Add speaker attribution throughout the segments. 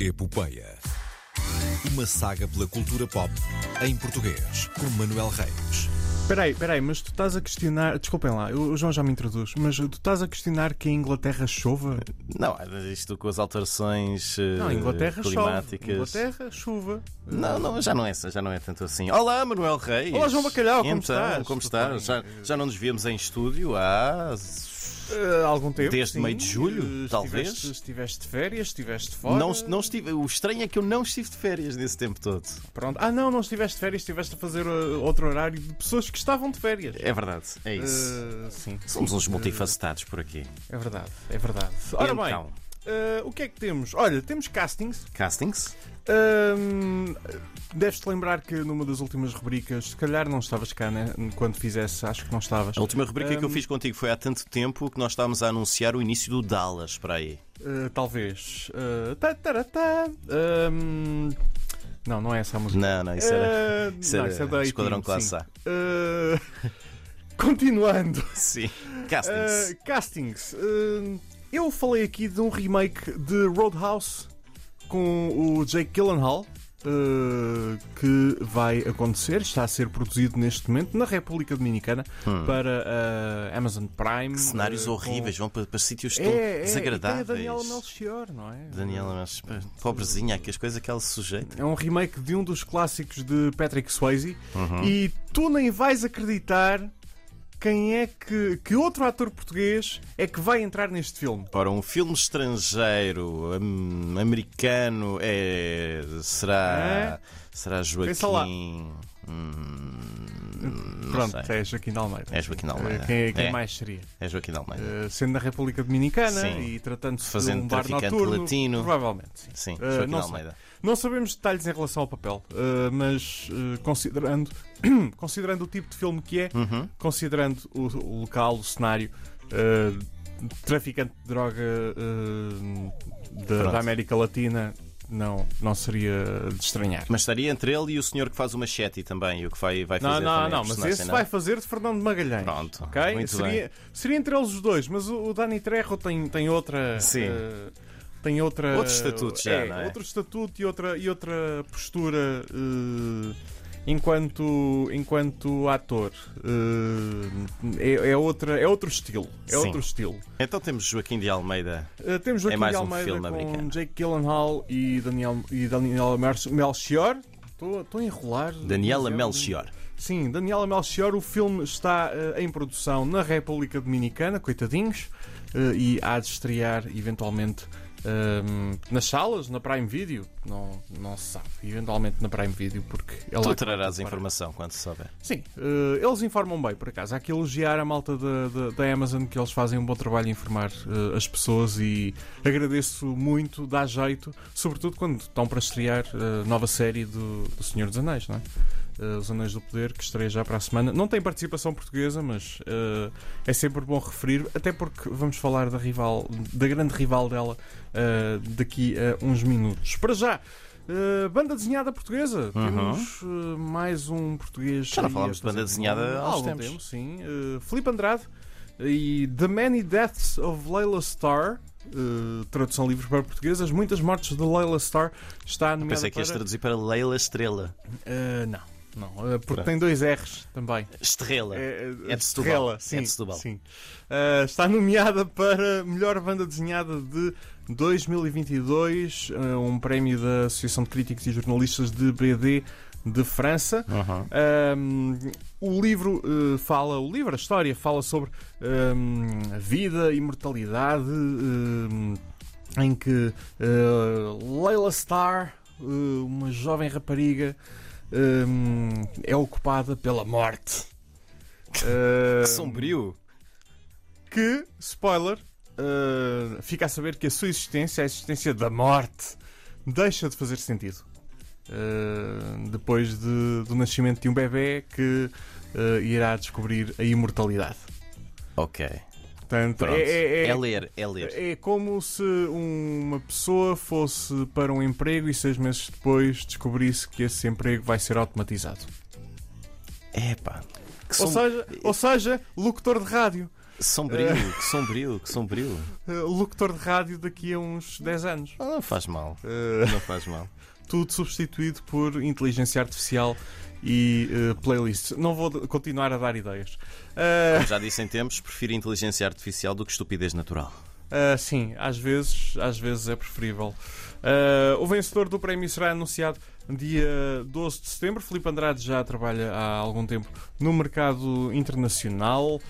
Speaker 1: Epopeia. Uma saga pela cultura pop em português, com Manuel Reis.
Speaker 2: Peraí, peraí, mas tu estás a questionar. Desculpem lá, eu- o João já me introduz, mas tu estás a questionar que a Inglaterra chova?
Speaker 3: Não, isto com as alterações eh,
Speaker 2: Não, a Inglaterra chove.
Speaker 3: climáticas.
Speaker 2: Inglaterra, chuva.
Speaker 3: Não, não, já não é, já não é tanto assim. Olá, Manuel Reis.
Speaker 2: Olá, João Bacalhau, como
Speaker 3: então,
Speaker 2: estás?
Speaker 3: Como
Speaker 2: Tudo bem?
Speaker 3: estás? Já, já não nos víamos em estúdio há.
Speaker 2: Eh, há algum tempo.
Speaker 3: Desde
Speaker 2: sim.
Speaker 3: meio de julho,
Speaker 2: Eh, estiveste-
Speaker 3: talvez.
Speaker 2: Estiveste de férias, estiveste fora.
Speaker 3: Não, não estive, o estranho é que eu não estive de férias nesse tempo todo.
Speaker 2: Pronto. Ah, não, não estiveste de férias, estiveste a fazer eh, outro horário de pessoas que estavam de férias.
Speaker 3: É verdade, é isso.
Speaker 2: Eh, sim,
Speaker 3: Somos uns multifacetados por aqui.
Speaker 2: é verdade, é verdade. Ora bem,
Speaker 3: então,
Speaker 2: eh, o que é que temos? Olha, temos castings.
Speaker 3: castings?
Speaker 2: Hum, Deves-te lembrar que numa das últimas rubricas, se calhar não estavas cá, né? Quando fizesse, acho que não estavas.
Speaker 3: A última rubrica que eu
Speaker 2: Hum,
Speaker 3: fiz contigo foi há tanto tempo que nós estávamos a anunciar o início do Dallas para aí.
Speaker 2: eh, talvez. Eh, tá, tá, tá, tá. Hum, não, não é essa a música.
Speaker 3: Não, não, isso era.
Speaker 2: Eh,
Speaker 3: Isso
Speaker 2: não,
Speaker 3: era
Speaker 2: isso é da
Speaker 3: Esquadrão
Speaker 2: 18,
Speaker 3: Classe
Speaker 2: sim.
Speaker 3: A.
Speaker 2: Eh, continuando.
Speaker 3: Sim. Castings.
Speaker 2: Eh, castings. Eh, eu falei aqui de um remake de Roadhouse com o Jake Gyllenhaal. eh, que vai acontecer, está a ser produzido neste momento na República Dominicana
Speaker 3: Hum.
Speaker 2: para a Amazon Prime.
Speaker 3: Que cenários
Speaker 2: eh, com-
Speaker 3: horríveis, vão para, para sítios tão
Speaker 2: É, é, E
Speaker 3: desagradáveis.
Speaker 2: tem a Daniela Melchior, não é?
Speaker 3: Daniela, mas pá, pobrezinha, que as coisas que ela se sujeita.
Speaker 2: É um remake de um dos clássicos de Patrick Swayze
Speaker 3: Uhum.
Speaker 2: e tu nem vais acreditar quem é que, que outro ator português é que vai entrar neste filme.
Speaker 3: Ora, um filme estrangeiro, hum, americano, é. Será. Será
Speaker 2: É? Pensa lá.
Speaker 3: Joaquim. Hum, não
Speaker 2: Pronto,
Speaker 3: sei.
Speaker 2: é Joaquim de Almeida.
Speaker 3: É Joaquim de Almeida.
Speaker 2: Eh, Quem, quem
Speaker 3: é,
Speaker 2: mais seria?
Speaker 3: é Joaquim de Almeida.
Speaker 2: Eh, sendo na República Dominicana
Speaker 3: Sim.
Speaker 2: e tratando-se
Speaker 3: Fazendo
Speaker 2: de um bar
Speaker 3: traficante
Speaker 2: noturno,
Speaker 3: latino.
Speaker 2: provavelmente. Sim.
Speaker 3: Sim,
Speaker 2: eh,
Speaker 3: Joaquim de
Speaker 2: não sei.
Speaker 3: Almeida.
Speaker 2: Não sabemos detalhes em relação ao papel, eh, mas eh, considerando, considerando o tipo de filme que é,
Speaker 3: Uhum.
Speaker 2: considerando o, o local, o cenário, eh, traficante de droga eh, da- da,
Speaker 3: Pronto.
Speaker 2: América Latina, não, não seria de estranhar.
Speaker 3: Mas estaria entre ele e o senhor que faz o machete também, e o que vai, vai
Speaker 2: Não,
Speaker 3: fazer.
Speaker 2: não,
Speaker 3: também a
Speaker 2: não, mas
Speaker 3: personagem,
Speaker 2: esse
Speaker 3: não? é?
Speaker 2: vai fazer de Fernando Magalhães.
Speaker 3: Pronto,
Speaker 2: ok?
Speaker 3: muito
Speaker 2: seria,
Speaker 3: bem.
Speaker 2: seria entre eles os dois, mas o, o Dani Trejo tem, tem outra.
Speaker 3: Sim.
Speaker 2: eh, tem outra.
Speaker 3: Outro estatuto já, não é?
Speaker 2: Outro estatuto e outra, e outra postura eh, enquanto, enquanto ator. Eh, é, é, outra, é outro estilo. É
Speaker 3: Sim.
Speaker 2: outro estilo.
Speaker 3: Então temos Joaquim de Almeida.
Speaker 2: Uh, temos Joaquim
Speaker 3: É mais
Speaker 2: de
Speaker 3: um
Speaker 2: Almeida
Speaker 3: filme
Speaker 2: com
Speaker 3: americano.
Speaker 2: Jake Gyllenhaal e Daniel e Daniela Mer- Melchior. Estou a enrolar.
Speaker 3: Daniela
Speaker 2: Mas é um-
Speaker 3: Melchior.
Speaker 2: Sim, Daniela Melchior. O filme está uh, em produção na República Dominicana, coitadinhos, uh, e há de estrear eventualmente um, nas salas, na Prime Video. Não, não se sabe. Eventualmente na Prime Video, porque é lá
Speaker 3: Tu
Speaker 2: que
Speaker 3: trarás a
Speaker 2: vai parar.
Speaker 3: informação quando souber.
Speaker 2: Sim, eh, eles informam bem, por acaso. Há que elogiar a malta da, da, da Amazon que eles fazem um bom trabalho em informar eh, as pessoas e agradeço muito, dá jeito, sobretudo quando estão para estrear a nova série do, do Senhor dos Anéis, não é? Eh, Os Anéis do Poder, que estreia já para a semana. Não tem participação portuguesa, mas eh, é sempre bom referir, até porque vamos falar da rival, da grande rival dela eh, daqui a uns minutos. Para já, eh, banda desenhada portuguesa.
Speaker 3: Uhum.
Speaker 2: Temos eh, mais um português.
Speaker 3: Já não
Speaker 2: aí
Speaker 3: falámos
Speaker 2: a
Speaker 3: de banda
Speaker 2: fazer
Speaker 3: desenhada há
Speaker 2: algum
Speaker 3: uns tempos.
Speaker 2: tempo, sim. Eh, Filipe Andrade e The Many Deaths of Layla Starr. eh, tradução livre para portuguesas, muitas mortes de Layla Starr está nomeada
Speaker 3: Pensei que ias
Speaker 2: para...
Speaker 3: traduzir para Leila Estrela.
Speaker 2: Eh, não, não, eh, porque
Speaker 3: Pronto.
Speaker 2: tem dois R's também.
Speaker 3: Estrela.
Speaker 2: É,
Speaker 3: É de Setúbal.
Speaker 2: Estrela,
Speaker 3: É
Speaker 2: sim,
Speaker 3: de Setúbal.
Speaker 2: sim. Ah, está nomeada para melhor banda desenhada de 2022, ah, um prémio da Associação de Críticos e Jornalistas de BD de França. Ahm, o livro eh, fala, o livro, a história fala sobre ahm, a vida, a imortalidade, ah, ahm, em que eh, Layla Starr, eh, uma jovem rapariga, ahm, é ocupada pela morte.
Speaker 3: Que
Speaker 2: Ahm,
Speaker 3: sombrio.
Speaker 2: um, que, spoiler, eh, fica a saber que a sua existência, a existência da morte, deixa de fazer sentido. Eh, depois de- do nascimento de um bebê que eh, irá descobrir a imortalidade.
Speaker 3: Ok.
Speaker 2: Portanto,
Speaker 3: Pronto.
Speaker 2: é, é- é-
Speaker 3: É ler, é ler.
Speaker 2: é como se uma pessoa fosse para um emprego e seis meses depois descobrisse que esse emprego vai ser automatizado.
Speaker 3: É pá. Que
Speaker 2: Ou
Speaker 3: som-
Speaker 2: seja, ou seja locutor de rádio.
Speaker 3: Que
Speaker 2: É.
Speaker 3: sombrio, que sombrio, que sombrio.
Speaker 2: eh, locutor de rádio daqui a uns 10 anos.
Speaker 3: Ah, não faz mal,
Speaker 2: Eh,
Speaker 3: não faz mal.
Speaker 2: tudo substituído por inteligência artificial e eh, playlists. Não vou d- continuar a dar ideias. Eh,
Speaker 3: Como já disse em tempos, prefiro inteligência artificial do que estupidez natural.
Speaker 2: Ah, sim, às vezes, às vezes é preferível. Ah, o vencedor do prémio será anunciado dia 12 de setembro. Filipe Andrade já trabalha há algum tempo no mercado internacional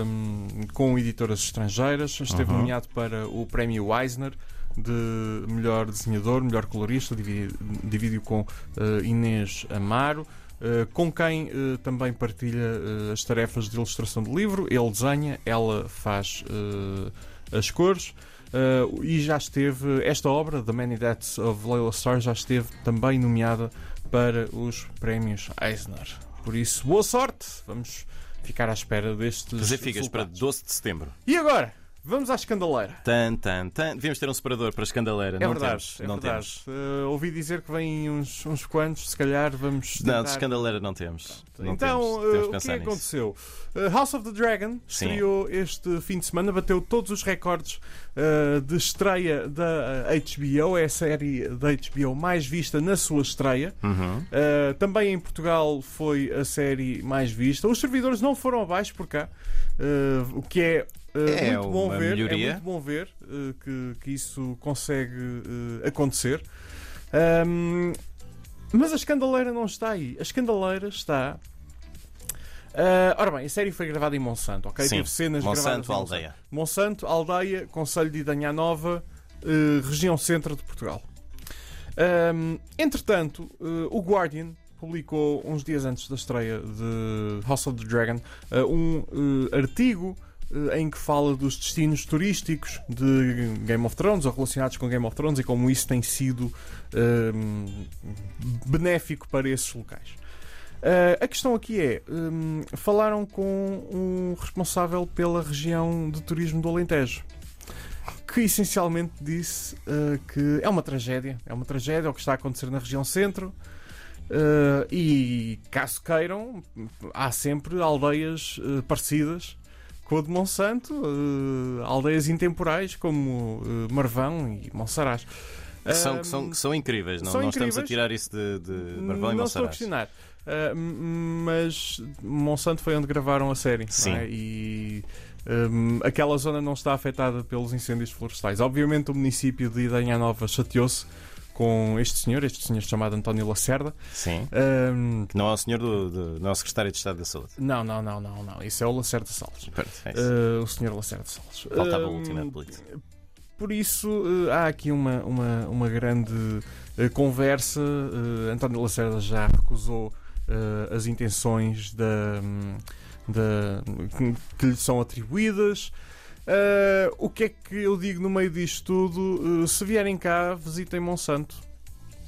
Speaker 2: ahm, com editoras estrangeiras. Esteve
Speaker 3: Uhum.
Speaker 2: nomeado para o prémio Eisner de melhor desenhador, melhor colorista, dividi- dividido com ah, Inês Amaro. Uh, com quem uh, também partilha uh, as tarefas de ilustração do livro. Ele desenha, ela faz uh, as cores. Uh, e já esteve, esta obra, The Many Deaths of Leila Starr, já esteve também nomeada para os prémios Eisner. Por isso, boa sorte! Vamos ficar à espera destes.
Speaker 3: Fazer figas para
Speaker 2: resultados.
Speaker 3: 12 de setembro.
Speaker 2: E agora, vamos à escandaleira.
Speaker 3: Tan, tan, tan. Devíamos ter um separador para a escandaleira.
Speaker 2: É
Speaker 3: não
Speaker 2: verdade,
Speaker 3: temos.
Speaker 2: é
Speaker 3: não
Speaker 2: verdade.
Speaker 3: temos.
Speaker 2: Uh, ouvi dizer que vêm uns, uns quantos, se calhar vamos.
Speaker 3: Não,
Speaker 2: tentar-
Speaker 3: de escandaleira não temos. Não
Speaker 2: então,
Speaker 3: temos.
Speaker 2: eh,
Speaker 3: Temos
Speaker 2: o que
Speaker 3: pensar
Speaker 2: é que
Speaker 3: nisso.
Speaker 2: aconteceu? Eh, House of the Dragon estreou este fim de semana, bateu todos os recordes eh, de estreia da eh, HBO, é a série da HBO mais vista na sua estreia.
Speaker 3: Uhum.
Speaker 2: Eh, também em Portugal foi a série mais vista. Os servidores não foram abaixo por cá, eh, o que é. eh,
Speaker 3: É
Speaker 2: muito bom
Speaker 3: uma
Speaker 2: ver,
Speaker 3: melhoria.
Speaker 2: é muito bom ver eh, que, que isso consegue eh, acontecer. Ahm, mas a escandaleira não está aí. A escandaleira está. Ah, ora bem, a série foi gravada em Monsanto, ok?
Speaker 3: Sim,
Speaker 2: Teve cenas gravadas
Speaker 3: Monsanto,
Speaker 2: em
Speaker 3: aldeia.
Speaker 2: assim, Monsanto, Aldeia, Conselho de Idanha Nova, eh, região centro de Portugal. Ahm, entretanto, eh, o Guardian publicou, uns dias antes da estreia de House of the Dragon, eh, um eh, artigo eh, em que fala dos destinos turísticos de Game of Thrones, ou relacionados com Game of Thrones, e como isso tem sido ahm, ehm, benéfico para esses locais. Ah, a questão aqui é: hum, falaram com um responsável pela região de turismo do Alentejo. Que essencialmente disse ah, que é uma tragédia, é uma tragédia o que está a acontecer na região centro. ah, e caso queiram, há sempre aldeias ah, parecidas com a de Monsanto, ah, aldeias intemporais como ah, Marvão e Monsaraz.
Speaker 3: Que são,
Speaker 2: Ah,
Speaker 3: que são, que são incríveis, não,
Speaker 2: são
Speaker 3: não estamos a
Speaker 2: incríveis.
Speaker 3: tirar isso de, de Marvão e
Speaker 2: não estou a
Speaker 3: Monsaraz.
Speaker 2: questionar. Ah, m- mas Monsanto foi onde gravaram a série. não
Speaker 3: Sim.
Speaker 2: é? E hum, aquela zona não está afetada pelos incêndios florestais. Obviamente, o município de Idanha Nova chateou-se com este senhor, este senhor chamado António Lacerda.
Speaker 3: Sim.
Speaker 2: Hum,
Speaker 3: Que não é o senhor do, do nosso secretário de Estado da Saúde.
Speaker 2: não, não, não, não, não. Isso é o Lacerda Salles.
Speaker 3: Pronto, é isso.
Speaker 2: Ah, o senhor Lacerda Salles.
Speaker 3: Faltava o
Speaker 2: Hum,
Speaker 3: último apelido.
Speaker 2: Por isso, eh, há aqui uma, uma, uma grande eh, conversa. Eh, António Lacerda já recusou eh, as intenções da, hum, da- que- que lhe são atribuídas. Eh, o que é que eu digo no meio disto tudo? Eh, se vierem cá, visitem Monsanto.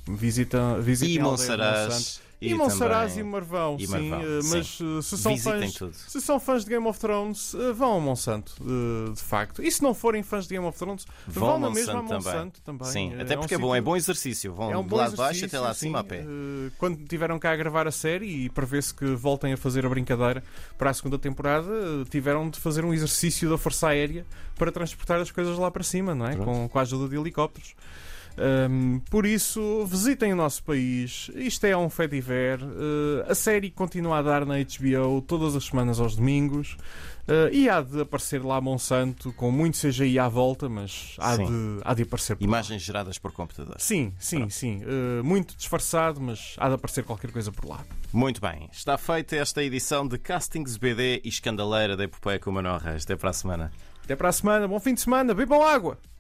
Speaker 2: Visitam, visitem
Speaker 3: E
Speaker 2: a aldeia de Monsanto.
Speaker 3: Monsaraz.
Speaker 2: E, Monsaraz e
Speaker 3: também-
Speaker 2: Marvão,
Speaker 3: e
Speaker 2: sim.
Speaker 3: Marvão,
Speaker 2: eh,
Speaker 3: sim.
Speaker 2: Mas eh, se são
Speaker 3: Visitem
Speaker 2: fãs
Speaker 3: tudo.
Speaker 2: se são fãs de Game of Thrones, eh, vão a Monsanto, eh, de facto. E se não forem fãs de Game of Thrones, vão,
Speaker 3: Vão a
Speaker 2: na mesma a
Speaker 3: Monsanto também.
Speaker 2: Monsanto também.
Speaker 3: Sim,
Speaker 2: Eh,
Speaker 3: até
Speaker 2: um
Speaker 3: porque é bom,
Speaker 2: sítio-
Speaker 3: é bom exercício. Vão
Speaker 2: é um
Speaker 3: de
Speaker 2: bom
Speaker 3: lá de baixo até
Speaker 2: exercício,
Speaker 3: lá acima
Speaker 2: sim.
Speaker 3: a pé.
Speaker 2: Eh, Quando tiveram cá a gravar a série e prevê-se que voltem a fazer a brincadeira para a segunda temporada, eh, tiveram de fazer um exercício da Força Aérea para transportar as coisas lá para cima, não é?
Speaker 3: Pronto.
Speaker 2: Com, com a ajuda de helicópteros. Ahm, por isso, visitem o nosso país. Isto é um fediver. Eh, a série continua a dar na HBO todas as semanas aos domingos. Eh, e há de aparecer lá Monsanto com muito CGI à volta, mas há,
Speaker 3: Sim.
Speaker 2: de, há de aparecer por lá.
Speaker 3: Imagens geradas por computador.
Speaker 2: Sim, sim, sim. Uh, muito disfarçado, mas há de aparecer qualquer coisa por lá.
Speaker 3: Muito bem, está feita esta edição de Castings BD e Escandaleira da Epopeia com Manorra. Até para a semana.
Speaker 2: Até para a semana, bom fim de semana, bebam água!